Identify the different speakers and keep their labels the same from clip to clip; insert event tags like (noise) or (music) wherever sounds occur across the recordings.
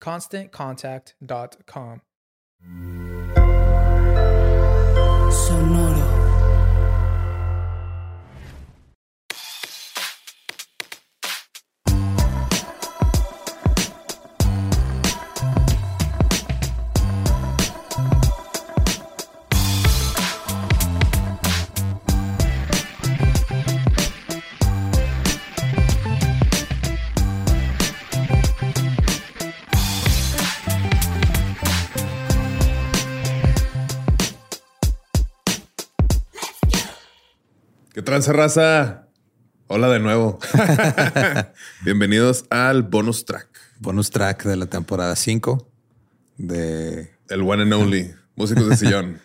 Speaker 1: ConstantContact.com.
Speaker 2: Sonoro.
Speaker 3: ¿Qué tranza raza? Hola de
Speaker 4: (laughs)
Speaker 3: nuevo. Bienvenidos al bonus track,
Speaker 4: Bonus track de la temporada 5 de
Speaker 3: el one and only, músicos de sillón,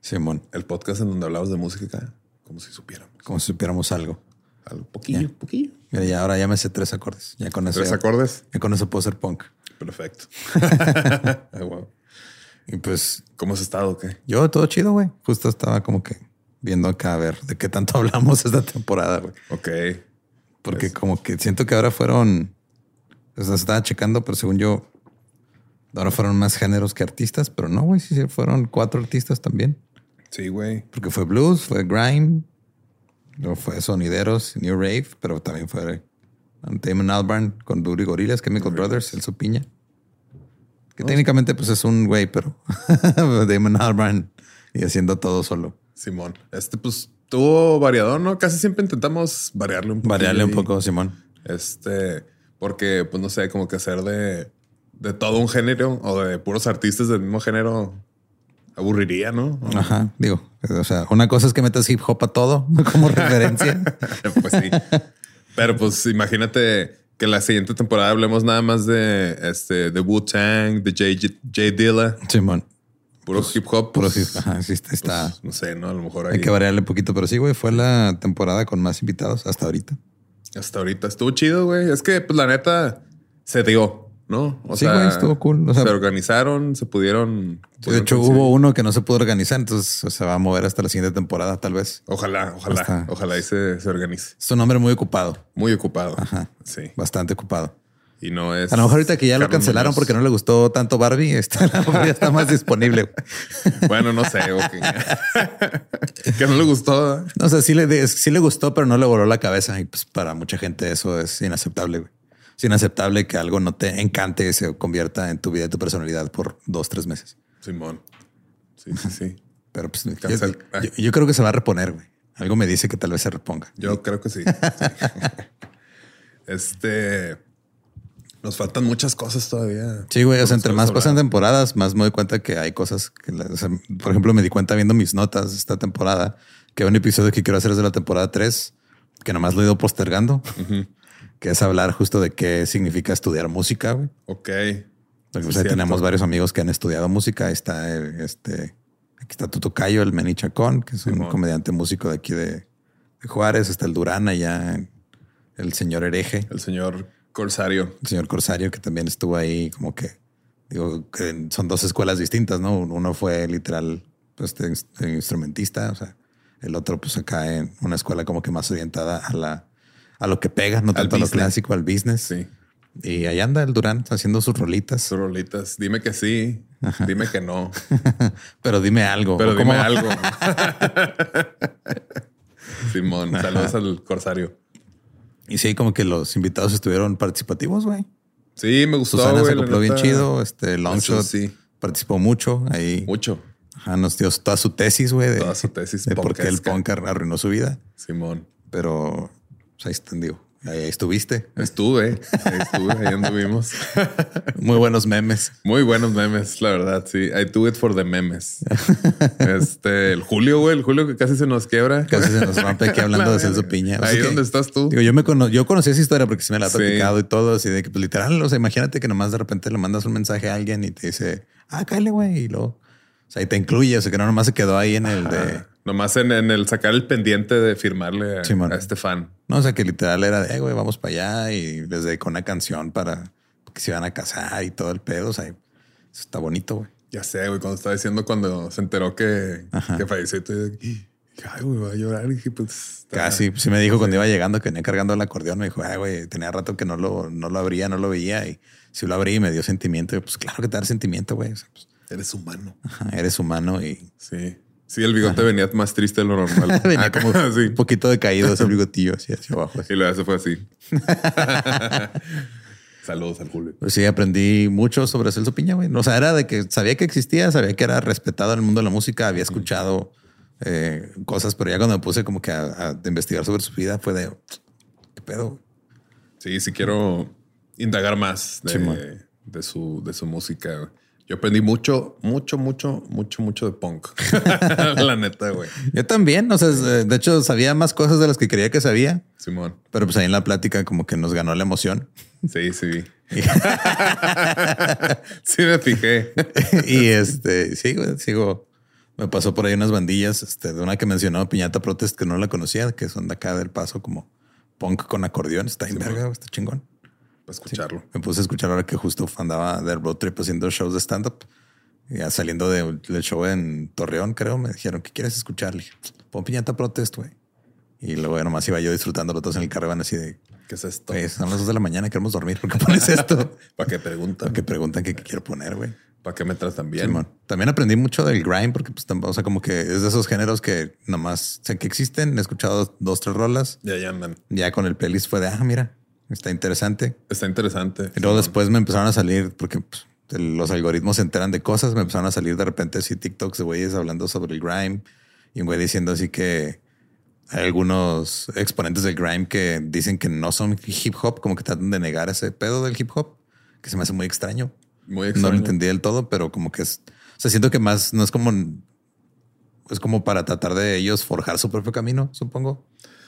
Speaker 4: Simón.
Speaker 3: el podcast en donde hablamos de música como si supiéramos
Speaker 4: Como si supiéramos algo.
Speaker 3: algo poquillo, poquillo.
Speaker 4: Mira, ya ahora ya me sé tres acordes. Ya con eso.
Speaker 3: Tres acordes,
Speaker 4: Ya con eso puedo ser punk.
Speaker 3: perfecto. (laughs) Ay, wow.
Speaker 4: Y pues
Speaker 3: ¿Cómo has estado? o ¿Qué?
Speaker 4: yo todo chido, güey. Justo estaba como que viendo acá a ver de qué tanto (laughs) hablamos esta temporada, güey.
Speaker 3: Ok. Pues.
Speaker 4: Porque como que siento que ahora fueron. O sea, estaba checando, pero según yo, ahora fueron más géneros que artistas, pero no, güey. Sí, sí, fueron cuatro artistas también.
Speaker 3: Sí, güey.
Speaker 4: Porque fue blues, fue grime, luego fue sonideros, new rave, pero también fue Damon Albarn con Duro y Gorilas, Chemical Brothers, El Piña. Que técnicamente pues es un güey, pero (laughs) Damon Albarn y haciendo todo solo.
Speaker 3: Simón. Este pues tuvo variador, ¿no? Casi siempre intentamos variarle un poco.
Speaker 4: Variarle un poco, Simón.
Speaker 3: Este, porque, pues no sé, como que hacer de, de todo un género o de puros artistas del mismo género aburriría, ¿no? (laughs) O-
Speaker 4: Ajá, digo, o sea, una cosa es que metas hip hop a todo (laughs) como referencia.
Speaker 3: pues sí. Pero pues imagínate que la siguiente temporada hablemos nada más de este de Wu-Tang, de J, J Dilla,
Speaker 4: (laughs) Simón,
Speaker 3: puro hip hop.
Speaker 4: puro
Speaker 3: pues,
Speaker 4: sí, ajá, sí, está.
Speaker 3: pues, no sé, ¿no? A lo mejor ahí
Speaker 4: Hay que variarle un poquito, pero sí, güey, fue la temporada con más invitados hasta ahorita.
Speaker 3: hasta ahorita estuvo chido, güey. Es que pues la neta se dio, ¿no? O
Speaker 4: Sí, güey, estuvo cool. O sea,
Speaker 3: se organizaron, se pudieron.
Speaker 4: Sí, de hecho, hubo uno que no se pudo organizar, entonces se va a mover hasta la siguiente temporada, tal vez.
Speaker 3: Ojalá, ojalá,
Speaker 4: Ajá.
Speaker 3: ojalá y se, se organice.
Speaker 4: Es un hombre muy ocupado,
Speaker 3: Muy ocupado.
Speaker 4: Ajá.
Speaker 3: Sí.
Speaker 4: bastante ocupado.
Speaker 3: Y no es.
Speaker 4: A lo mejor ahorita que ya lo
Speaker 3: Carlos
Speaker 4: cancelaron
Speaker 3: Muñoz.
Speaker 4: porque no le gustó tanto Barbie, (laughs) está, a lo mejor ya está más disponible.
Speaker 3: (laughs) Bueno, no sé.
Speaker 4: (laughs)
Speaker 3: ok. que no le gustó. ¿eh?
Speaker 4: No sé, sí le, sí le gustó, pero no le voló la cabeza. Y pues para mucha gente eso es inaceptable. güey. Es inaceptable que algo no te encante y se convierta en tu vida y tu personalidad por dos, tres meses.
Speaker 3: Simón. Sí, sí, sí.
Speaker 4: Pero pues yo,
Speaker 3: Cancel. Ah.
Speaker 4: yo- yo (laughs) creo que se va a reponer, güey. Algo me dice que tal vez se reponga.
Speaker 3: Yo creo que sí. Sí. Este. Nos faltan muchas cosas todavía.
Speaker 4: Sí, güey. O sea,
Speaker 3: Por
Speaker 4: entre
Speaker 3: nosotros
Speaker 4: más pasan
Speaker 3: hablar.
Speaker 4: temporadas, más me doy cuenta que hay cosas que, la- o sea, por ejemplo, me di cuenta viendo mis notas esta temporada que hay un episodio que quiero hacer es de la temporada 3 que nomás lo he ido postergando, (laughs) que es hablar justo de qué significa estudiar música, güey.
Speaker 3: Ok.
Speaker 4: Porque,
Speaker 3: Sí,
Speaker 4: o sea,
Speaker 3: cierto.
Speaker 4: tenemos varios amigos que han estudiado música. Ahí está eh, este. Aquí está Tuto Cayo, el Meni Chacón, que es un
Speaker 3: Simón.
Speaker 4: comediante músico de aquí de, de Juárez. Está el Durán allá, el señor hereje,
Speaker 3: El señor Corsario.
Speaker 4: el señor Corsario, que también estuvo ahí como que. Digo, que son dos escuelas distintas, ¿no? Uno fue literal pues, de ins- de instrumentista, o sea, el otro pues acá en una escuela como que más orientada a la a lo que pega, no tanto a lo
Speaker 3: business.
Speaker 4: clásico, al business.
Speaker 3: Sí.
Speaker 4: Y ahí anda el Durán haciendo sus rolitas.
Speaker 3: Sus rolitas. Dime que sí. Dime que no.
Speaker 4: Pero dime algo.
Speaker 3: Pero
Speaker 4: ¿o
Speaker 3: dime
Speaker 4: cómo va?
Speaker 3: algo. (laughs) Simón,
Speaker 4: (laughs)
Speaker 3: saludos al Corsario.
Speaker 4: (laughs) Y sí, como que los invitados estuvieron participativos, güey.
Speaker 3: Sí, me gustó.
Speaker 4: Susana
Speaker 3: güey,
Speaker 4: se
Speaker 3: la
Speaker 4: acopló bien
Speaker 3: neta.
Speaker 4: chido. Este
Speaker 3: Eso
Speaker 4: Longshot
Speaker 3: sí.
Speaker 4: participó mucho. Ahí
Speaker 3: Mucho.
Speaker 4: ajá, nos dio toda su tesis, güey, de,
Speaker 3: Toda su tesis
Speaker 4: de por qué el
Speaker 3: punkesca.
Speaker 4: punk ar- arruinó su vida.
Speaker 3: Simón.
Speaker 4: Pero pues, ahí están, digo. Ahí ahí estuviste.
Speaker 3: Estuve. ahí Estuve. Ahí anduvimos.
Speaker 4: Muy buenos memes.
Speaker 3: Muy buenos memes, la verdad. Sí. I do it for the
Speaker 4: (laughs)
Speaker 3: memes. Este, el Julio, güey. El Julio que casi se nos quiebra.
Speaker 4: Casi se nos rompe aquí hablando de Celso Piña. O sea
Speaker 3: Ahí
Speaker 4: que-
Speaker 3: donde estás tú.
Speaker 4: Digo, yo me cono yo conocí esa historia porque sí me la ha
Speaker 3: Sí.
Speaker 4: platicado y todo, así de que pues, literal, o sea, imagínate que nomás de repente le mandas un mensaje a alguien y te dice, ah, cállate, güey, y luego, o sea, y te incluye, o sea, que no nomás se quedó ahí en el de,
Speaker 3: Ah, Nomás en, en el sacar el pendiente de firmarle a,
Speaker 4: Simón.
Speaker 3: a este fan.
Speaker 4: no, o sea, que literal era de, "Eh, güey, vamos para allá y les dedicó una canción para que se iban a casar y todo el pedo, o sea, eso está bonito, güey.
Speaker 3: Ya sé, güey, cuando estaba diciendo, cuando se enteró que,
Speaker 4: Ajá.
Speaker 3: que falleció, y tú dije, ay, güey, va a llorar. Y dije, pues. está-
Speaker 4: Casi, sí me dijo cuando iba llegando que venía cargando el acordeón, me dijo, ay, güey, tenía rato que no lo, no lo abría, no lo veía y si lo abrí y me dio sentimiento, y pues claro que te da sentimiento, güey, o sea, pues, (laughs)
Speaker 3: Eres humano.
Speaker 4: ajá, eres humano y...
Speaker 3: Sí. Sí, el bigote venía más triste de lo normal.
Speaker 4: (laughs) Venía
Speaker 3: Acá,
Speaker 4: como
Speaker 3: (laughs) sí.
Speaker 4: un poquito decaído ese bigotillo así hacia abajo. así.
Speaker 3: Y lo hace fue
Speaker 4: (laughs)
Speaker 3: así. Saludos al Julio.
Speaker 4: Pues sí, aprendí mucho sobre Celso Piña, güey. O sea, era de que sabía que existía, sabía que era respetado en el mundo de la música, había escuchado eh, cosas, pero ya cuando me puse como que a, a investigar sobre su vida fue de, ¿qué pedo?
Speaker 3: Sí, sí quiero indagar más de,
Speaker 4: Simón.
Speaker 3: de su, de su música. güey. Yo aprendí mucho, mucho, mucho, mucho, mucho de punk. (laughs) La neta, güey.
Speaker 4: Yo también, o sea, es- eh, de hecho sabía más cosas de las que creía que sabía,
Speaker 3: Simón.
Speaker 4: pero pues ahí en la plática como que nos ganó la emoción. (laughs)
Speaker 3: Sí, sí. vi. sí me fijé.
Speaker 4: y este, sí, güey, sigo. Me pasó por ahí unas bandillas, este, de una que mencionó Piñata Protest, que no la conocía, que son de acá del paso, como punk con acordeón. Está en
Speaker 3: Sí,
Speaker 4: verga, güey, está chingón.
Speaker 3: Para escucharlo.
Speaker 4: Me puse a escuchar ahora que justo andaba de road trip haciendo shows de stand-up. Ya saliendo de- del show en Torreón, creo, me dijeron, ¿qué quieres escuchar? Le dije, pon Piñata Protest, güey. Y luego ya nomás iba yo disfrutando los dos en el carro, van así de,
Speaker 3: ¿Qué es esto?
Speaker 4: pues son las dos de la mañana, queremos dormir, ¿por qué pones esto?
Speaker 3: Para que preguntan.
Speaker 4: Porque preguntan que qué quiero poner, güey.
Speaker 3: Para que me tratan bien.
Speaker 4: Simón. También aprendí mucho del grind porque pues tam- o sea, como que es de esos géneros que nomás sé que existen. He escuchado dos, tres rolas.
Speaker 3: Ya, ya andan.
Speaker 4: Ya con el playlist fue de, ah, mira, está interesante.
Speaker 3: Está interesante.
Speaker 4: Y luego
Speaker 3: Simón.
Speaker 4: después me empezaron a salir porque pues, el- los algoritmos se enteran de cosas. Me empezaron a salir de repente así TikToks de güeyes hablando sobre el grime y un güey diciendo así que hay algunos exponentes del grime que dicen que no son hip hop, como que tratan de negar ese pedo del hip hop, que se me hace muy extraño.
Speaker 3: Muy
Speaker 4: No lo
Speaker 3: extraño.
Speaker 4: entendí del todo, pero como que es. O sea, siento que más no es como. Es como para tratar de ellos forjar su propio camino, supongo.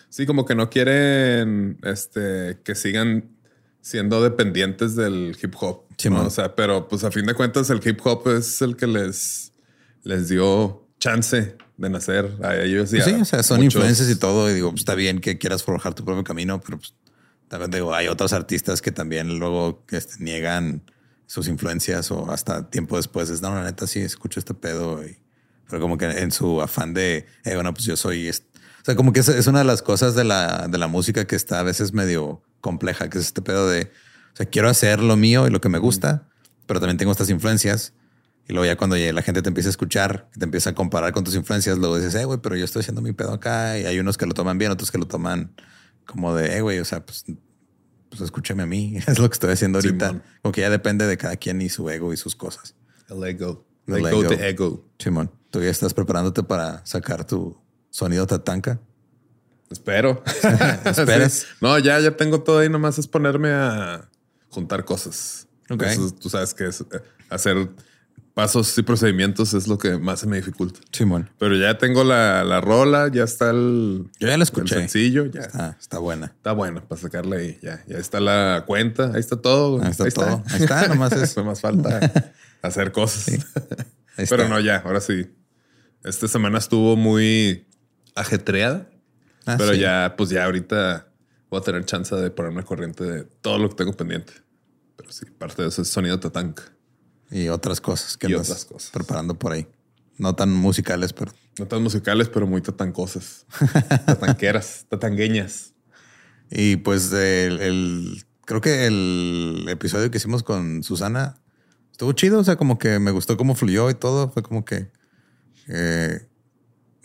Speaker 3: Sí, como que no quieren este, que sigan siendo dependientes del hip hop.
Speaker 4: Simón.
Speaker 3: ¿no? O sea, pero pues a fin de cuentas el hip hop es el que les, les dio chance de nacer a ellos. y
Speaker 4: Pues sí,
Speaker 3: a
Speaker 4: o sea, son
Speaker 3: muchos.
Speaker 4: influencias y todo. Y digo, pues, está bien que quieras forjar tu propio camino, pero pues, también digo, hay otros artistas que también luego este, niegan sus influencias o hasta tiempo después es, no, la neta sí escucho este pedo. y- pero como que en su afán de, eh, bueno, pues yo soy. est- O sea, como que es, es una de las cosas de la, de la música que está a veces medio compleja, que es este pedo de, o sea, quiero hacer lo mío y lo que me gusta, pero también tengo estas influencias. Y luego ya cuando ya la gente te empieza a escuchar, te empieza a comparar con tus influencias, luego dices, eh, güey, pero yo estoy haciendo mi pedo acá. Y hay unos que lo toman bien, otros que lo toman como de, eh, güey, o sea, pues, pues escúchame a mí. (laughs) Es lo que estoy haciendo ahorita.
Speaker 3: Simón.
Speaker 4: Como que ya depende de cada quien y su ego y sus cosas.
Speaker 3: El ego.
Speaker 4: El
Speaker 3: Let go
Speaker 4: ego.
Speaker 3: the ego.
Speaker 4: Simón, tú ya estás preparándote para sacar tu sonido tatanca. (laughs)
Speaker 3: Espero.
Speaker 4: Esperas.
Speaker 3: Sí. No, ya, ya tengo todo ahí. Nomás es ponerme a juntar cosas.
Speaker 4: Ok.
Speaker 3: Eso, tú sabes que es, eh, hacer pasos y procedimientos es lo que más se me dificulta.
Speaker 4: Simón.
Speaker 3: Pero ya tengo la, la rola, ya está el,
Speaker 4: Yo ya la
Speaker 3: el
Speaker 4: escuché.
Speaker 3: sencillo, ya está.
Speaker 4: Está, está buena.
Speaker 3: bueno para sacarle ahí. Ya, ya está la cuenta, ahí está todo.
Speaker 4: Ahí está todo. Ahí está, nomás
Speaker 3: (laughs)
Speaker 4: es-
Speaker 3: nomás
Speaker 4: (laughs)
Speaker 3: falta hacer cosas.
Speaker 4: Ahí
Speaker 3: Pero
Speaker 4: está.
Speaker 3: no, ya, ahora sí. Esta semana estuvo muy ajetreada,
Speaker 4: Ah,
Speaker 3: pero
Speaker 4: sí.
Speaker 3: ya, pues ya ahorita voy a tener chance de ponerme al corriente de todo lo que tengo pendiente. Pero sí, parte de eso es sonido tatanca.
Speaker 4: Y otras cosas que
Speaker 3: Y
Speaker 4: andas
Speaker 3: otras cosas.
Speaker 4: preparando por ahí. No tan musicales, pero
Speaker 3: Notas musicales, pero muy
Speaker 4: (laughs)
Speaker 3: tatancosas. tatanqueras, tatangueñas.
Speaker 4: Y pues el, el- creo que el episodio que hicimos con Susana estuvo chido, o sea, como que me gustó cómo fluyó y todo, fue como que eh,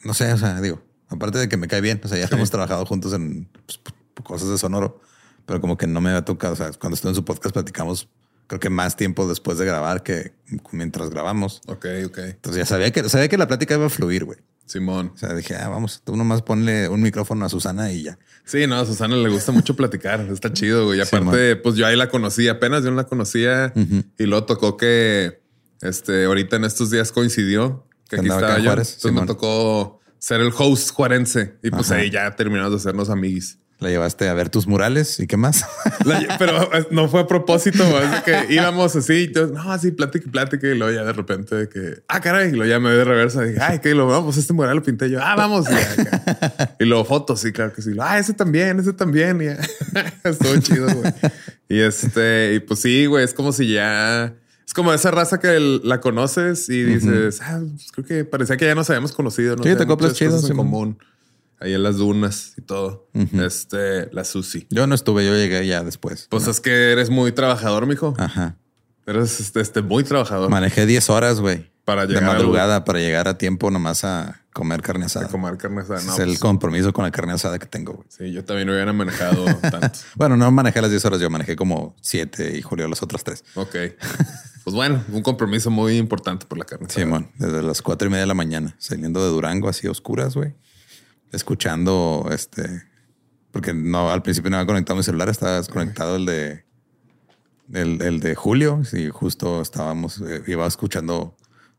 Speaker 4: no sé, o sea, digo, aparte de que me cae bien, o sea, ya hemos trabajado juntos en pues, p- p- cosas de sonoro, pero como que no me había tocado, o sea, cuando estuve en su podcast platicamos creo que más tiempo después de grabar que mientras grabamos.
Speaker 3: Ok, ok.
Speaker 4: Entonces ya sabía que sabía que la plática iba a fluir, güey.
Speaker 3: Simón.
Speaker 4: O sea, dije, ah, vamos, tú nomás ponle un micrófono a Susana y ya.
Speaker 3: Sí, no, a Susana le gusta mucho platicar, está chido, güey. Y
Speaker 4: Sí,
Speaker 3: Aparte, pues yo ahí la conocí, apenas yo la conocía
Speaker 4: Ujú.
Speaker 3: y luego tocó que este ahorita en estos días coincidió que
Speaker 4: Que
Speaker 3: aquí
Speaker 4: andaba acá
Speaker 3: estaba
Speaker 4: en
Speaker 3: yo.
Speaker 4: Juárez,
Speaker 3: Entonces me
Speaker 4: Simón.
Speaker 3: tocó ser el host juarense y pues
Speaker 4: Ajá.
Speaker 3: ahí ya terminamos de hacernos amiguis.
Speaker 4: La llevaste a ver tus murales y qué más. (laughs)
Speaker 3: La- pero eh, no fue a propósito, güey, es de que íbamos así, y yo, no, así, plática y plática, y luego ya de repente de que, ah, caray, y luego ya me ve de reversa, y dije, ay, que lo vamos, este mural lo pinté yo, ah, vamos. Y, ya, acá. Y luego fotos, sí, claro que sí, ah, ese también, ese también, y ya. (laughs) estuvo chido, güey. Y este, y pues sí, güey, es como si ya, es como esa raza que el- la conoces y dices, ah, pues creo que parecía que ya nos habíamos conocido, ¿no?
Speaker 4: Sí,
Speaker 3: sé,
Speaker 4: te acoplas
Speaker 3: muchas
Speaker 4: chido,
Speaker 3: cosas en
Speaker 4: Simón.
Speaker 3: común. Ahí en las dunas y todo. Este, la Susi.
Speaker 4: Yo no estuve, yo llegué ya después.
Speaker 3: Pues es que eres muy trabajador, mijo.
Speaker 4: Ajá.
Speaker 3: Eres este, este, muy trabajador.
Speaker 4: Manejé 10 horas, güey.
Speaker 3: Para
Speaker 4: De
Speaker 3: llegar al-
Speaker 4: madrugada, para llegar a tiempo nomás a comer carne asada.
Speaker 3: A comer carne asada.
Speaker 4: Ese
Speaker 3: No,
Speaker 4: es el
Speaker 3: pues,
Speaker 4: compromiso con la carne asada que tengo, güey.
Speaker 3: sí, yo también hubiera
Speaker 4: (laughs)
Speaker 3: manejado tanto.
Speaker 4: Bueno, no manejé las 10 horas, yo manejé como 7 y Julio las otras 3.
Speaker 3: Ok. Pues bueno, un compromiso muy importante por la carne asada.
Speaker 4: Simón, desde las 4 y media de la mañana, saliendo de Durango así a oscuras, güey. Escuchando este... Porque no, al principio no había conectado mi celular, estaba desconectado el de... El, el de Julio, sí, justo estábamos, eh, iba escuchando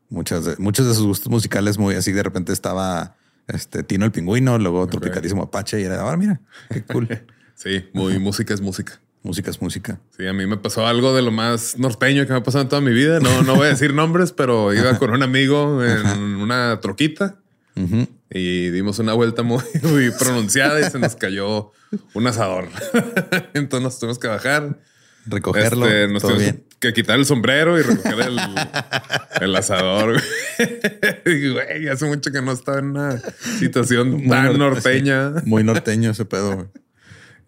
Speaker 4: muchas de, muchos de sus gustos musicales muy así. De repente estaba este Tino el Pingüino, luego Tropicalísimo Apache y era, ahora mira,
Speaker 3: (laughs)
Speaker 4: qué cool.
Speaker 3: Sí, muy música es música.
Speaker 4: música es música.
Speaker 3: Sí, a mí me pasó algo de lo más norteño que me ha pasado en toda mi vida. No, no voy a decir nombres, pero iba con un amigo en una troquita
Speaker 4: Ujú.
Speaker 3: y dimos una vuelta muy, muy pronunciada y se nos cayó un asador. (laughs) Entonces nos tuvimos que bajar.
Speaker 4: Recogerlo,
Speaker 3: Este, nos
Speaker 4: todo
Speaker 3: tuvimos
Speaker 4: bien.
Speaker 3: que quitar el sombrero y recoger el, (laughs) el asador. güey. (laughs) Güey, hace mucho que no estaba en una situación
Speaker 4: Muy
Speaker 3: tan
Speaker 4: norte-
Speaker 3: norteña.
Speaker 4: sí, muy norteño ese pedo, güey.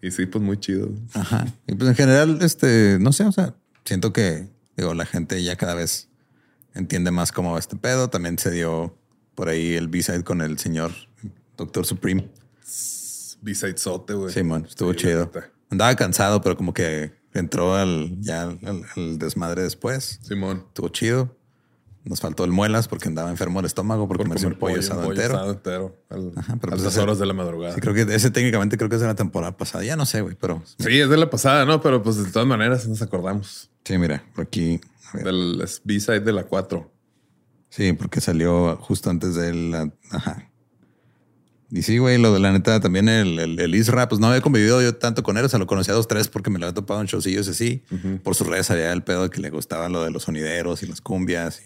Speaker 3: Y sí, pues muy chido.
Speaker 4: Ajá. Y pues en general, este, no sé, o sea, siento que, digo, la gente ya cada vez entiende más cómo va este pedo. También se dio por ahí el B-side con el señor Doctor Supreme.
Speaker 3: B-side sote, güey.
Speaker 4: Simón, estuvo
Speaker 3: Sí, la
Speaker 4: chido.
Speaker 3: neta.
Speaker 4: Andaba cansado, pero como que entró al, ya al, al- al desmadre después.
Speaker 3: Simón.
Speaker 4: Estuvo chido. Nos faltó el muelas porque andaba enfermo el estómago porque
Speaker 3: Por
Speaker 4: me hacía un
Speaker 3: comer
Speaker 4: pollo asado entero.
Speaker 3: asado entero al-
Speaker 4: Ajá, pero
Speaker 3: a
Speaker 4: pues
Speaker 3: las
Speaker 4: ese-
Speaker 3: horas de la madrugada.
Speaker 4: Sí, creo que ese técnicamente creo que es de la temporada pasada. Ya no sé, güey, pero
Speaker 3: Sí, es de la pasada, ¿no? Pero pues de todas maneras nos acordamos
Speaker 4: sí, mira, por aquí. a ver.
Speaker 3: del B-side de la 4.
Speaker 4: Sí, porque salió justo antes de la. Ajá. Y sí, güey, lo de la neta también el, el, el Isra, pues no había convivido yo tanto con él. O sea, lo conocía dos, tres porque me lo había topado en showcillos así. Por sus redes había el pedo de que le gustaba lo de los sonideros y las cumbias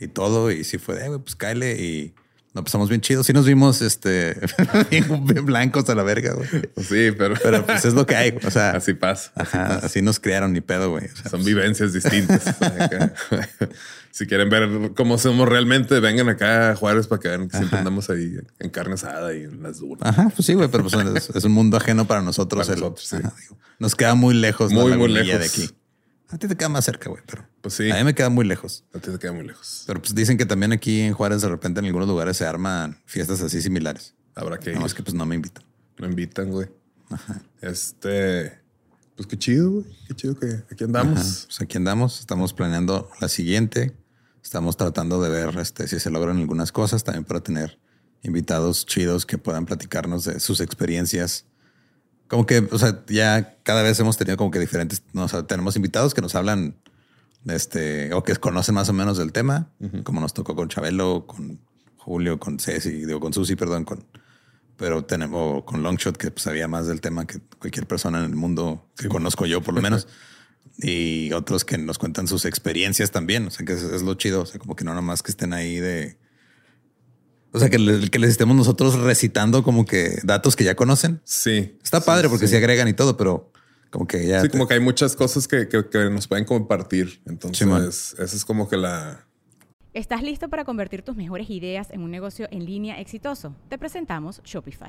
Speaker 4: y, y todo. Y sí fue de, "Eh, güey, pues cáele y nos pasamos bien chido. Sí nos vimos este (laughs) bien, bien blancos a la verga, güey.
Speaker 3: Sí, pero,
Speaker 4: Pero pues es lo que hay. O sea,
Speaker 3: (laughs) así pasa.
Speaker 4: ajá, así nos criaron ni pedo, güey. O sea, pues,
Speaker 3: Son vivencias distintas. (laughs) si quieren ver cómo somos realmente, vengan acá a Juárez para que vean que siempre andamos ahí en carne asada y en las dunas.
Speaker 4: Ajá, pues sí, güey, pero pues es, es un mundo ajeno para nosotros.
Speaker 3: Para
Speaker 4: el-
Speaker 3: nosotros, sí.
Speaker 4: ajá, digo, nos queda muy lejos. la
Speaker 3: Muy, muy
Speaker 4: lagunilla
Speaker 3: lejos.
Speaker 4: De aquí. A ti te queda más cerca, güey, pero
Speaker 3: Pues sí.
Speaker 4: a mí me queda muy lejos.
Speaker 3: No te queda muy lejos.
Speaker 4: Pero pues dicen que también aquí en Juárez de repente en algunos lugares se arman fiestas así similares.
Speaker 3: Habrá que
Speaker 4: Nada más
Speaker 3: ir.
Speaker 4: que pues no me invitan.
Speaker 3: Lo invitan, güey. Este, pues qué chido, güey. Qué chido que aquí
Speaker 4: Ajá,
Speaker 3: andamos.
Speaker 4: Pues aquí andamos, estamos planeando la siguiente. Estamos tratando de ver este, si se logran algunas cosas también para tener invitados chidos que puedan platicarnos de sus experiencias. Como que, o sea, ya cada vez hemos tenido como que diferentes, no, o sea, tenemos invitados que nos hablan, este, o que conocen más o menos del tema, como nos tocó con Chabelo, con Julio, con Ceci, digo, con Susi, perdón, con, pero tenemos o con Longshot que pues, sabía más del tema que cualquier persona en el mundo que conozco yo por lo menos y otros que nos cuentan sus experiencias también o sea que es, es lo chido o sea como que no nomás que estén ahí de o sea que, le- que les estemos nosotros recitando como que datos que ya conocen
Speaker 3: Sí.
Speaker 4: está
Speaker 3: Sí,
Speaker 4: padre porque
Speaker 3: sí.
Speaker 4: se agregan y todo pero como que ya
Speaker 3: Sí,
Speaker 4: te-
Speaker 3: como que hay muchas cosas que, que- que nos pueden compartir. Entonces,
Speaker 4: Simón.
Speaker 3: esa es como que la.
Speaker 5: ¿Estás listo para convertir tus mejores ideas en un negocio en línea exitoso? Te presentamos Shopify.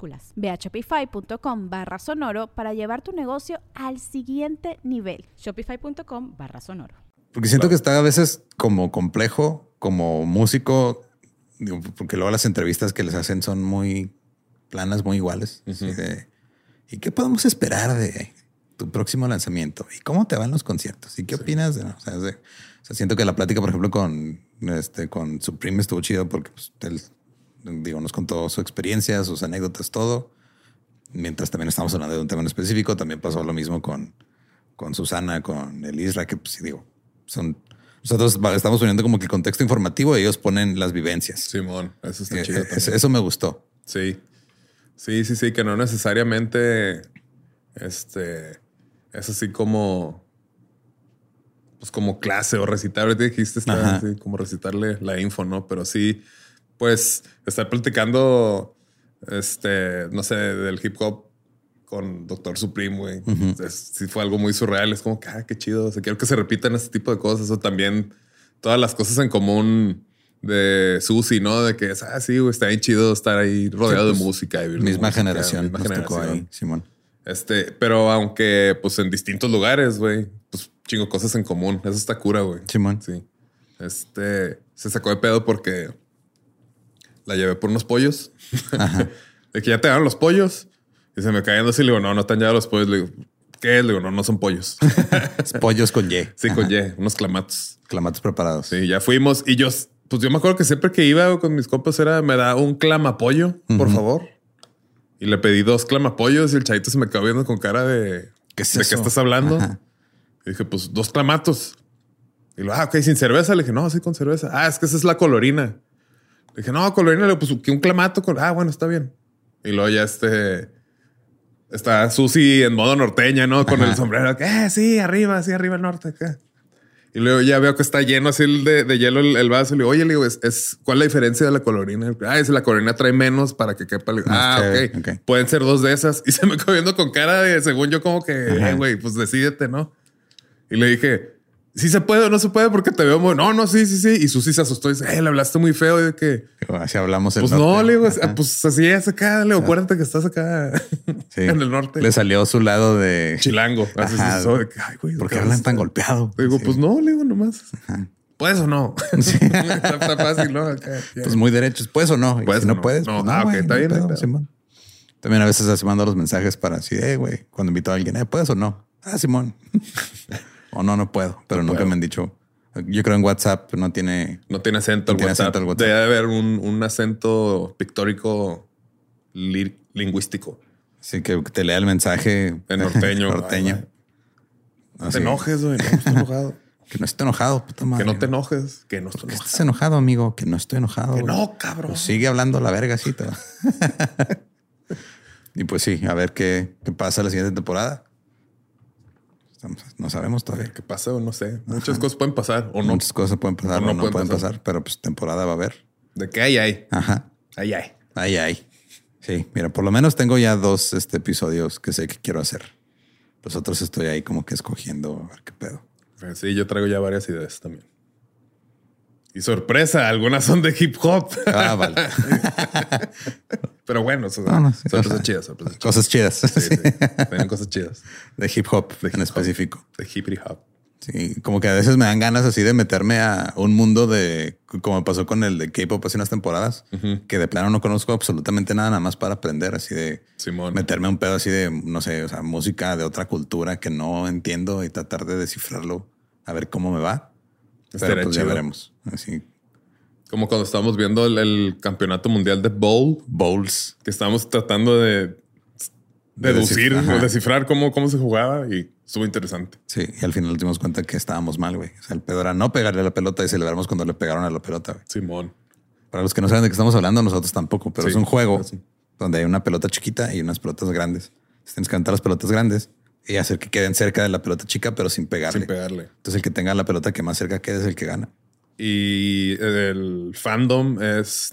Speaker 6: Ve a shopify.com barra sonoro para llevar tu negocio al siguiente nivel.
Speaker 5: Shopify.com barra sonoro.
Speaker 4: Porque siento que está a veces como complejo, como músico, digo, porque luego las entrevistas que les hacen son muy planas, muy iguales. así de, ¿Y qué podemos esperar de tu próximo lanzamiento? ¿Y cómo te van los conciertos? ¿Y qué opinas? de-" o, sea, es de- o sea, siento que la plática, por ejemplo, con, este, con Supreme estuvo chido porque pues, él digo, nos contó su experiencia, sus anécdotas, todo. Mientras también estamos hablando de un tema en específico, también pasó lo mismo con, con Susana, con el Isra, que pues sí, digo, son nosotros va- estamos poniendo como que el contexto informativo y ellos ponen las vivencias.
Speaker 3: Simón, eso está
Speaker 4: Eh,
Speaker 3: chido.
Speaker 4: eh, es-
Speaker 3: también.
Speaker 4: eso me gustó.
Speaker 3: Sí. Sí, sí, sí, que no necesariamente este es así como pues como clase o recitar, ahorita dijiste está
Speaker 4: Ajá.
Speaker 3: así como recitarle la info, ¿no? Pero sí pues estar platicando este no sé del hip hop con Doctor Supreme, güey. Es- sí fue algo muy surreal, es como que ah, qué chido, o sea, quiero que se repitan este tipo de cosas o también todas las cosas en común de Susi, ¿no? De que es así, güey, está bien chido estar ahí rodeado
Speaker 4: Sí, pues,
Speaker 3: de música. Y vivir
Speaker 4: Misma
Speaker 3: música,
Speaker 4: generación
Speaker 3: misma
Speaker 4: nos tocó
Speaker 3: generación.
Speaker 4: ahí, Simón.
Speaker 3: Este, pero aunque pues en distintos lugares, güey, pues chingo cosas en común. Eso está cura, güey.
Speaker 4: Simón.
Speaker 3: Sí. Este, se sacó de pedo porque la llevé por unos pollos. (laughs) de que ya te dan los pollos. Y se me caían así, le digo, no, no te han llevado los pollos. Le digo, ¿qué es? Le digo, no, no son pollos. (laughs)
Speaker 4: Es Pollos con Y,
Speaker 3: sí, con Y, unos clamatos.
Speaker 4: clamatos preparados.
Speaker 3: Sí, ya fuimos. Y yo, pues yo me acuerdo que siempre que iba con mis compas era, me da un clamapollo, por favor. Y le pedí dos clamapollos y el chavito se me quedó viendo con cara de,
Speaker 4: ¿Qué es
Speaker 3: ¿de
Speaker 4: eso?
Speaker 3: qué estás hablando?
Speaker 4: Ajá.
Speaker 3: Y dije, pues dos clamatos. Y lo, ah, ok, sin cerveza. Le dije, no, sí, con cerveza. Ah, es que esa es la colorina. Le dije, no, colorina, le puse un clamato con. Ah, bueno, está bien. Y luego ya este. Está Susi en modo norteña, ¿no? Con el sombrero. que, Eh, sí, arriba, sí, arriba el norte. Acá. Y luego ya veo que está lleno así el de, de hielo el, el vaso. Le digo, oye, le digo, es, es- ¿cuál es la diferencia de la colorina? Ah, es la colorina trae menos para que quepa. Le digo,
Speaker 4: Más
Speaker 3: ah,
Speaker 4: chévere,
Speaker 3: ok.
Speaker 4: ok.
Speaker 3: Pueden ser dos de esas. (laughs) Y se me quedó viendo con cara de, según yo, como que, "Eh, güey, pues decídete, ¿no? Y le dije, sí se puede o no se puede porque te veo muy... No, no, sí, sí, sí. Y Susi se asustó y dice, eh, le hablaste muy feo. Y de que,
Speaker 4: Digo, Así hablamos el
Speaker 3: pues no,
Speaker 4: norte.
Speaker 3: le digo,
Speaker 4: Ajá.
Speaker 3: pues así es acá. Le digo, acuérdate que estás acá (laughs)
Speaker 4: Sí.
Speaker 3: en el norte.
Speaker 4: Le salió su lado de
Speaker 3: Chilango. Así se
Speaker 4: Ajá.
Speaker 3: asustó de que, ay, güey.
Speaker 4: ¿Por qué
Speaker 3: ¿qué
Speaker 4: hablan
Speaker 3: haces?
Speaker 4: tan golpeado?
Speaker 3: Le digo,
Speaker 4: Sí.
Speaker 3: pues no, le digo nomás. ¿Puedes o no? está, (laughs) está fácil, ¿no?
Speaker 4: (laughs)
Speaker 3: Acá, ya.
Speaker 4: Pues muy derechos, ¿puedes o no? Y
Speaker 3: ¿Puedes
Speaker 4: si
Speaker 3: o
Speaker 4: no,
Speaker 3: no?
Speaker 4: puedes,
Speaker 3: No,
Speaker 4: pues no,
Speaker 3: ah, ok,
Speaker 4: güey,
Speaker 3: está
Speaker 4: no hay
Speaker 3: bien, no hay
Speaker 4: pedo,
Speaker 3: pedo.
Speaker 4: Simón. También a veces así mando los mensajes para así, eh, güey, cuando invito a alguien, eh, ¿puedes o no? Ah, Simón. (laughs) o no, no puedo, pero nunca
Speaker 3: puedo.
Speaker 4: me han dicho. Yo creo en WhatsApp no tiene
Speaker 3: no tiene acento el
Speaker 4: No tiene
Speaker 3: WhatsApp.
Speaker 4: acento el WhatsApp.
Speaker 3: Debe haber un, un acento pictórico li- lingüístico.
Speaker 4: Así que te lea el mensaje (laughs)
Speaker 3: En norteño.
Speaker 4: norteño. Ah,
Speaker 3: Ay, No
Speaker 4: Así,
Speaker 3: te enojes, güey. No, estoy
Speaker 4: (laughs)
Speaker 3: enojado.
Speaker 4: Que no esté enojado, puta madre.
Speaker 3: que no te enojes. Que no estoy
Speaker 4: Que
Speaker 3: enojado.
Speaker 4: estés enojado, amigo. Que no estoy enojado.
Speaker 3: Que
Speaker 4: güey.
Speaker 3: no, cabrón.
Speaker 4: Pues sigue hablando la vergacita. (laughs) y pues sí, a ver qué, qué pasa la siguiente temporada. Estamos- no sabemos todavía.
Speaker 3: ¿Qué pasa? No sé. Muchas cosas pueden pasar o no.
Speaker 4: Muchas cosas pueden pasar o no, pueden pasar. pero pues temporada va a haber.
Speaker 3: De que ahí hay.
Speaker 4: Ajá.
Speaker 3: Ahí hay.
Speaker 4: Ay, ay. Sí, mira, por lo menos tengo ya dos este, episodios que sé que quiero hacer. Los otros estoy ahí como que escogiendo a ver qué pedo.
Speaker 3: Pero Pues sí, yo traigo ya varias ideas también. Y sorpresa, algunas son de hip hop. (laughs)
Speaker 4: Ah, vale.
Speaker 3: Pero bueno, son,
Speaker 4: (laughs) No, no, sí,
Speaker 3: son
Speaker 4: o
Speaker 3: cosas
Speaker 4: sea,
Speaker 3: chidas. son cosas
Speaker 4: Cosas chidas.
Speaker 3: chidas. Sí,
Speaker 4: sí.
Speaker 3: sí. Tienen cosas chidas.
Speaker 4: (laughs) De hip hop
Speaker 3: De hip
Speaker 4: en
Speaker 3: hop.
Speaker 4: específico.
Speaker 3: De hip hop.
Speaker 4: Sí, como que a veces me dan ganas así de meterme a un mundo de, como pasó con el de K-pop hace unas temporadas, que de plano no conozco absolutamente nada, nada más para aprender, así de
Speaker 3: Simón.
Speaker 4: meterme a un pedo así de, no sé, o sea, música de otra cultura que no entiendo y tratar de descifrarlo, a ver cómo me va.
Speaker 3: Estaría
Speaker 4: Pero pues ya
Speaker 3: chido.
Speaker 4: veremos. Así,
Speaker 3: Como cuando estábamos viendo el, el campeonato mundial de bowl,
Speaker 4: bowls.
Speaker 3: que estábamos tratando de deducir,
Speaker 4: descifrar,
Speaker 3: o
Speaker 4: ajá.
Speaker 3: descifrar cómo, cómo se jugaba y estuvo interesante.
Speaker 4: Sí, y al final nos dimos cuenta que estábamos mal, güey. O sea, el pedo era no pegarle a la pelota y celebramos cuando le pegaron a la pelota, güey.
Speaker 3: Simón.
Speaker 4: Para los que no saben de qué estamos hablando, nosotros tampoco, pero
Speaker 3: Sí,
Speaker 4: es un juego
Speaker 3: pero sí.
Speaker 4: donde hay una pelota chiquita y unas pelotas grandes. Entonces, tienes que aventar las pelotas grandes y hacer que queden cerca de la pelota chica, pero sin pegarle.
Speaker 3: Sin pegarle.
Speaker 4: Entonces, el que tenga la pelota que más cerca quede es el que gana.
Speaker 3: Y el fandom es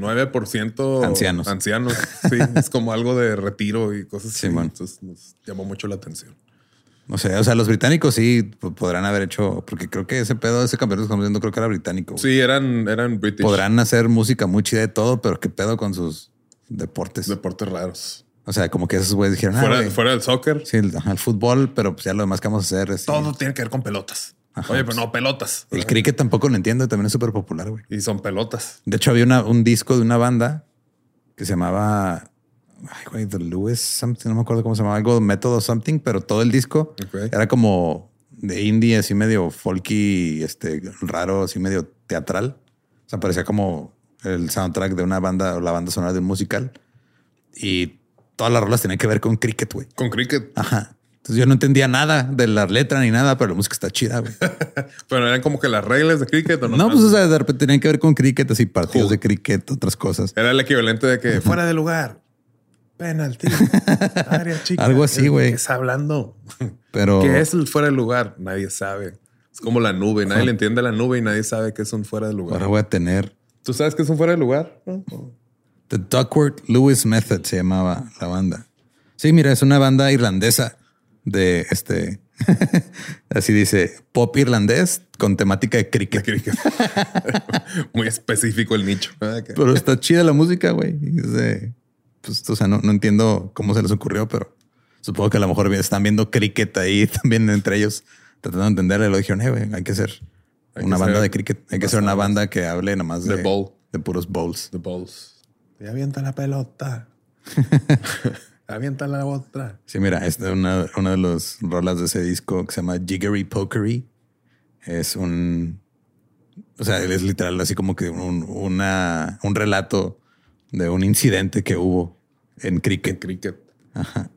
Speaker 3: 99%
Speaker 4: Ancianos. (laughs)
Speaker 3: Ancianos. Sí, es como algo de retiro y cosas así.
Speaker 4: Simón.
Speaker 3: Entonces nos llamó mucho la atención.
Speaker 4: No sé, o sea, los británicos sí po- podrán haber hecho, porque creo que ese pedo, ese campeonato que estamos viendo, creo que era británico. güey.
Speaker 3: Sí, eran, eran British.
Speaker 4: Podrán hacer música muy chida de todo, pero qué pedo con sus deportes.
Speaker 3: Deportes raros.
Speaker 4: O sea, como que esos güeyes dijeron, ah,
Speaker 3: fuera,
Speaker 4: güey,
Speaker 3: fuera del soccer,
Speaker 4: sí, el, ajá, el fútbol, pero pues ya lo demás que vamos a hacer es.
Speaker 3: todo tiene que ver con pelotas.
Speaker 4: Ajá,
Speaker 3: Oye,
Speaker 4: pues.
Speaker 3: pero no, pelotas.
Speaker 4: El cricket tampoco lo entiendo, también es súper popular, güey.
Speaker 3: Y son pelotas.
Speaker 4: De hecho, había una- un disco de una banda que se llamaba. Ay, güey, The Lewis something, no me acuerdo cómo se llamaba, algo método something, pero todo el disco
Speaker 3: Ok.
Speaker 4: era como de indie, así medio folky, este raro, así medio teatral. O sea, parecía como el soundtrack de una banda o la banda sonora de un musical. Y todas las rolas tenían que ver con cricket, güey.
Speaker 3: Con cricket.
Speaker 4: Ajá. Entonces yo no entendía nada de la letra ni nada, pero la música está chida, güey.
Speaker 3: (laughs) Pero eran como que las reglas de cricket. ¿o no,
Speaker 4: No, pues o sea, de repente tenían que ver con cricket, así partidos
Speaker 3: Ju-
Speaker 4: de cricket, otras cosas.
Speaker 3: Era el equivalente de que fuera de lugar. Penalti. (laughs) Área chica.
Speaker 4: Algo así,
Speaker 3: ¿De qué
Speaker 4: güey.
Speaker 3: Está hablando.
Speaker 4: Pero
Speaker 3: ¿Qué es el fuera de lugar? Nadie sabe. Es como la nube. Nadie le entiende a la nube y nadie sabe qué es un fuera de lugar.
Speaker 4: ahora voy a tener
Speaker 3: ¿Tú sabes qué es un fuera de lugar?
Speaker 4: The Duckworth Lewis Method, se llamaba la banda. Sí, mira, es una banda irlandesa de este. (laughs) así dice, pop irlandés con temática de
Speaker 3: (laughs)
Speaker 4: cricket.
Speaker 3: Cricket. Muy específico el nicho.
Speaker 4: (laughs) Pero está chida la música, güey. Y es de- Pues, o sea, no, no entiendo cómo se les ocurrió, pero supongo que a lo mejor están viendo cricket ahí (laughs) también entre ellos, tratando de entenderle. Lo dijeron, eh, güey, hay que ser
Speaker 3: Hay
Speaker 4: una
Speaker 3: que
Speaker 4: banda
Speaker 3: ser
Speaker 4: de cricket. Hay que ser una
Speaker 3: bastantes.
Speaker 4: banda que hable nada más
Speaker 3: De
Speaker 4: de,
Speaker 3: bowl.
Speaker 4: de puros bowls.
Speaker 3: The balls. Y avienta la (laughs) pelota. avienta la otra.
Speaker 4: Sí, mira, esta es una, una de las rolas de ese disco que se llama Jiggery Pokery. Es un. O sea, es literal así como que un, una, un relato de un incidente que hubo en
Speaker 3: En
Speaker 4: cricket.
Speaker 3: cricket.
Speaker 4: Ajá.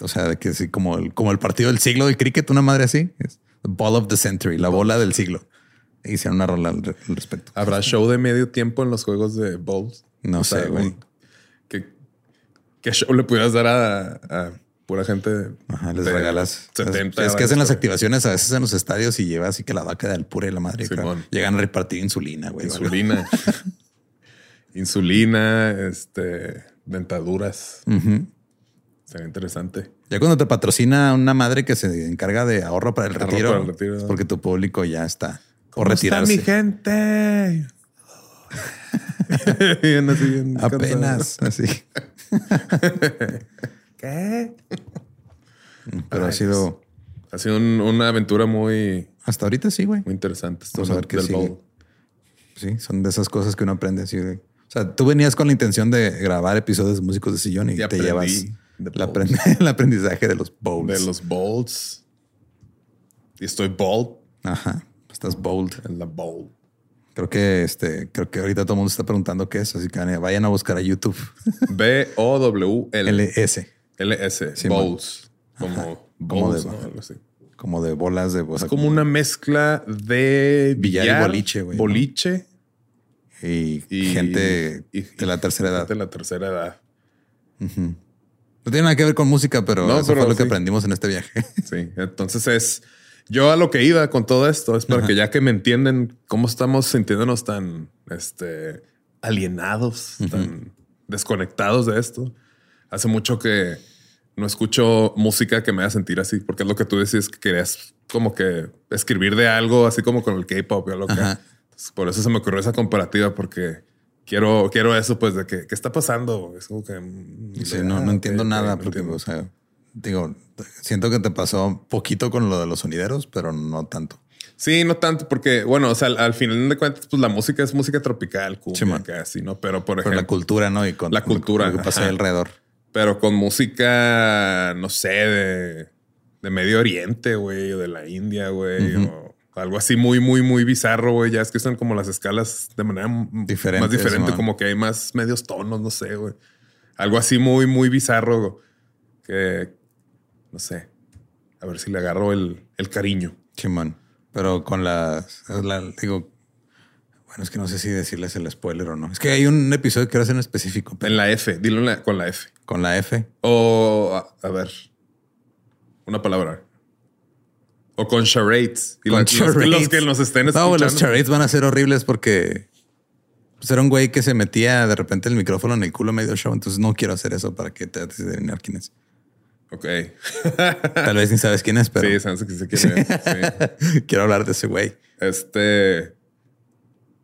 Speaker 4: O sea, de que así como el, como el partido del siglo del cricket, una madre así. Es the ball of the century, la bola del siglo. Hicieron una rola al, re- al respecto.
Speaker 3: ¿Habrá show de medio tiempo en los juegos de balls?
Speaker 4: No sé, güey.
Speaker 3: un- ¿qué, qué show le pudieras dar a, a pura gente?
Speaker 4: Ajá, les
Speaker 3: de
Speaker 4: regalas.
Speaker 3: 70.
Speaker 4: es que hacen las
Speaker 3: güey.
Speaker 4: activaciones a veces en los estadios y lleva así que la vaca de alpura y la madre.
Speaker 3: Simón.
Speaker 4: creo. Llegan a repartir insulina, güey. o algo. (laughs)
Speaker 3: Insulina. Insulina, este, dentaduras.
Speaker 4: Ujú.
Speaker 3: Sería interesante.
Speaker 4: Ya cuando te patrocina una madre que se encarga de ahorro para el
Speaker 3: Ahorro
Speaker 4: retiro,
Speaker 3: para el retiro.
Speaker 4: es porque tu público ya está por retirarse. (laughs)
Speaker 3: gente? Bien así, bien
Speaker 4: Apenas así.
Speaker 3: cansado. ¿Qué?
Speaker 4: Pero ha
Speaker 3: Rayos.
Speaker 4: sido
Speaker 3: Ha sido un- una aventura muy,
Speaker 4: hasta ahorita sí, güey.
Speaker 3: muy interesante. Esto
Speaker 4: Vamos a ver
Speaker 3: del-
Speaker 4: qué
Speaker 3: del
Speaker 4: sigue.
Speaker 3: bowl.
Speaker 4: Sí, son de esas cosas que uno aprende así. de- O sea, tú venías con la intención de grabar episodios de músicos de sillón y,
Speaker 3: Y
Speaker 4: te
Speaker 3: aprendí
Speaker 4: llevas
Speaker 3: de
Speaker 4: la
Speaker 3: bowls.
Speaker 4: aprend- (laughs) el aprendizaje de los bowls.
Speaker 3: De los bowls. Y estoy bold
Speaker 4: Ajá. Estás bold.
Speaker 3: en la bowl.
Speaker 4: Creo que este, creo que ahorita todo el mundo está preguntando qué es, así que vayan a buscar a
Speaker 3: (laughs)
Speaker 4: YouTube
Speaker 3: B-O-W-L-S.
Speaker 4: LS, Sí, man.
Speaker 3: bowls. Como
Speaker 4: Como
Speaker 3: bowls,
Speaker 4: de-
Speaker 3: ¿no? Algo así.
Speaker 4: como de bolas de o sea,
Speaker 3: como una mezcla de
Speaker 4: Billar y boliche, güey, ¿no?
Speaker 3: Boliche
Speaker 4: y,
Speaker 3: y
Speaker 4: gente
Speaker 3: y-
Speaker 4: de la tercera edad.
Speaker 3: De la tercera edad.
Speaker 4: No tiene nada que ver con música, pero
Speaker 3: No,
Speaker 4: eso
Speaker 3: pero
Speaker 4: fue lo que
Speaker 3: sí. (laughs)
Speaker 4: aprendimos en este viaje.
Speaker 3: Sí. Entonces es Yo a lo que iba con todo esto es para que ya que me entienden cómo estamos sintiéndonos tan este, alienados, tan desconectados de esto. Hace mucho que no escucho música que me haga sentir así, porque es lo que tú decías que querías como que escribir de algo, así como con el K-pop o lo que.
Speaker 4: Ajá.
Speaker 3: Entonces, Por eso se me ocurrió esa comparativa, porque quiero, quiero eso, pues, de que, ¿qué está pasando? Es como que... mm,
Speaker 4: Sí,
Speaker 3: de,
Speaker 4: no,
Speaker 3: ah,
Speaker 4: no entiendo
Speaker 3: ok, ok,
Speaker 4: nada
Speaker 3: no
Speaker 4: porque,
Speaker 3: entiendo.
Speaker 4: o sea, digo, siento que te pasó un poquito con lo de los sonideros, pero no tanto.
Speaker 3: Sí, no tanto, porque, bueno, o sea, al, al final de cuentas, pues la música es música tropical, cumbia,
Speaker 4: Simón.
Speaker 3: casi, ¿no? Pero, por
Speaker 4: Pero
Speaker 3: ejemplo,
Speaker 4: la cultura, ¿no? Y con
Speaker 3: La cultura,
Speaker 4: lo que pasa
Speaker 3: ajá.
Speaker 4: alrededor.
Speaker 3: pero con música, no sé, de, de Medio Oriente, güey, o de la India, güey, o algo así muy, muy, muy bizarro, güey. Ya es que están como las escalas de manera m-
Speaker 4: Diferente,
Speaker 3: más diferente,
Speaker 4: Simón.
Speaker 3: como que hay más medios tonos, no sé, güey. Algo así muy, muy bizarro que, no sé, a ver si le agarro el, el cariño.
Speaker 4: Simón. Pero con las, la- digo, bueno, es que no sé si decirles el spoiler o no. Es que hay un episodio que quiero hacer en específico, pero
Speaker 3: En la F, dilo en la- con la F.
Speaker 4: con la F.
Speaker 3: O, a, a ver, una palabra. O con charades. Y
Speaker 4: con
Speaker 3: la- los, que-
Speaker 4: charades.
Speaker 3: los que nos estén
Speaker 4: No,
Speaker 3: escuchando.
Speaker 4: güey, los charades van a ser horribles porque pues, era un güey que se metía de repente el micrófono en el culo medio show. Entonces no quiero hacer eso para que trates de adivinar quién es.
Speaker 3: Ok.
Speaker 4: Tal vez ni sabes quién es, pero
Speaker 3: Sí, se me hace que se
Speaker 4: (laughs)
Speaker 3: quiere. sí.
Speaker 4: quiero hablar de ese güey.
Speaker 3: Este.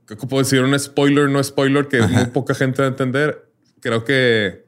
Speaker 3: Creo que puedo decir un spoiler, no spoiler, que muy poca gente va a entender. Creo que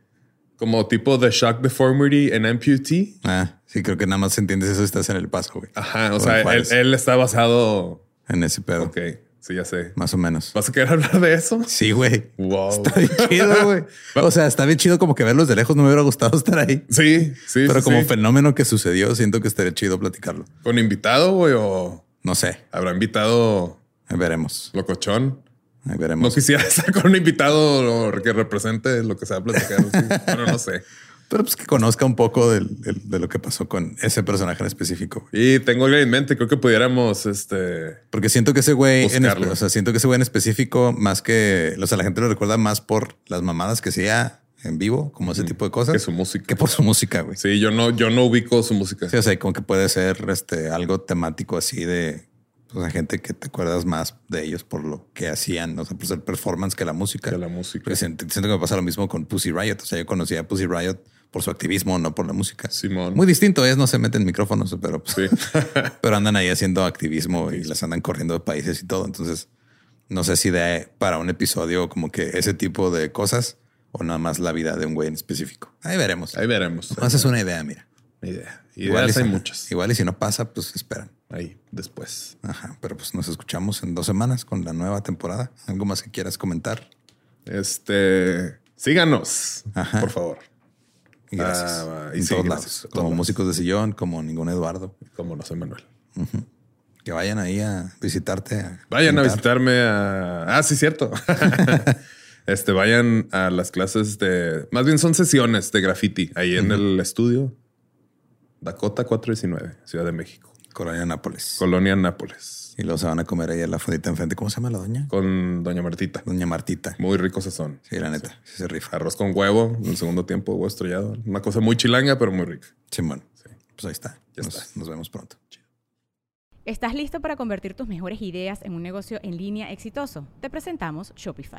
Speaker 3: como tipo de shock deformity en amputee.
Speaker 4: Ah, sí, creo que nada más entiendes eso si estás en el paso, güey.
Speaker 3: Ajá. O
Speaker 4: en
Speaker 3: sea, él,
Speaker 4: Juárez.
Speaker 3: él está basado.
Speaker 4: En ese pedo.
Speaker 3: Ok. Sí, ya sé.
Speaker 4: Más o menos.
Speaker 3: ¿Vas a querer hablar de
Speaker 4: (laughs)
Speaker 3: eso?
Speaker 4: Sí, güey.
Speaker 3: Wow.
Speaker 4: Está bien chido, güey. (laughs) O sea, está bien chido como que verlos de lejos. No me hubiera gustado (laughs) estar ahí.
Speaker 3: Sí, sí.
Speaker 4: Pero
Speaker 3: sí,
Speaker 4: como
Speaker 3: sí.
Speaker 4: fenómeno que sucedió, siento que estaría chido platicarlo.
Speaker 3: ¿Con invitado, güey? ¿O
Speaker 4: No sé.
Speaker 3: habrá invitado
Speaker 4: Ahí veremos.
Speaker 3: locochón?
Speaker 4: Ahí
Speaker 3: No (laughs)
Speaker 4: veremos.
Speaker 3: quisiera estar con un invitado o que represente lo que se va a platicar. sí. Bueno, no sé.
Speaker 4: Pero pues que conozca un poco del- del- de lo que pasó con ese personaje en específico. güey.
Speaker 3: Y tengo algo en mente. Creo que pudiéramos, este...
Speaker 4: Porque siento que ese güey, en, espe-
Speaker 3: Buscarlo.
Speaker 4: o sea, siento que ese güey en específico, más que, o sea, la gente lo recuerda más por las mamadas que hacía en vivo, como ese tipo de cosas,
Speaker 3: Que su música.
Speaker 4: que por su música, güey.
Speaker 3: Sí, yo no, yo no ubico su música.
Speaker 4: Sí, o sea, como que puede ser este algo temático así de pues, la gente que te acuerdas más de ellos por lo que hacían, o sea, por ser performance que la música.
Speaker 3: De la música.
Speaker 4: Porque siento, siento que me pasa lo mismo con Pussy Riot. O sea, yo conocía a Pussy Riot por su activismo, no por la música.
Speaker 3: Simón.
Speaker 4: Muy distinto es, no se meten micrófonos, pero, pues,
Speaker 3: Sí.
Speaker 4: (laughs) pero andan ahí haciendo activismo y las andan corriendo de países y todo. Entonces, no sé si de para un episodio como que ese tipo de cosas o nada más la vida de un güey en específico. Ahí veremos.
Speaker 3: Ahí veremos.
Speaker 4: (laughs) Más es una idea, mira.
Speaker 3: Una idea.
Speaker 4: Igual y
Speaker 3: Ideas hay
Speaker 4: si-
Speaker 3: muchas.
Speaker 4: Igual y si no pasa, pues esperan.
Speaker 3: Ahí, después.
Speaker 4: Ajá, pero pues nos escuchamos en dos semanas con la nueva temporada. ¿Algo más que quieras comentar?
Speaker 3: Este... Síganos,
Speaker 4: Ajá.
Speaker 3: por favor.
Speaker 4: Y gracias.
Speaker 3: Ah, y
Speaker 4: en
Speaker 3: sí,
Speaker 4: todos
Speaker 3: gracias.
Speaker 4: lados.
Speaker 3: En todos
Speaker 4: Como
Speaker 3: lados.
Speaker 4: músicos de sillón, como ningún Eduardo.
Speaker 3: Como no sé, Manuel.
Speaker 4: Que vayan ahí a visitarte. a
Speaker 3: Vayan a
Speaker 4: pintar.
Speaker 3: visitarme a. Ah, sí,
Speaker 4: (laughs)
Speaker 3: cierto. (laughs) este, vayan a las clases de. Más bien son sesiones de graffiti ahí en el estudio Dakota 419, Ciudad de México,
Speaker 4: Colonia Nápoles.
Speaker 3: Colonia Nápoles,
Speaker 4: y luego se van a comer ahí a la fondita enfrente. ¿Cómo se llama la doña?
Speaker 3: con Doña Martita.
Speaker 4: Doña Martita.
Speaker 3: Muy rico sazón.
Speaker 4: Sí, la neta. sí se rifa.
Speaker 3: Arroz con huevo en el segundo tiempo, huevo estrellado. Una cosa muy chilanga, pero muy rica.
Speaker 4: Simón. Pues ahí está.
Speaker 3: Ya
Speaker 4: nos,
Speaker 3: está.
Speaker 4: nos vemos pronto.
Speaker 5: ¿Estás listo para convertir tus mejores ideas en un negocio en línea exitoso? Te presentamos Shopify.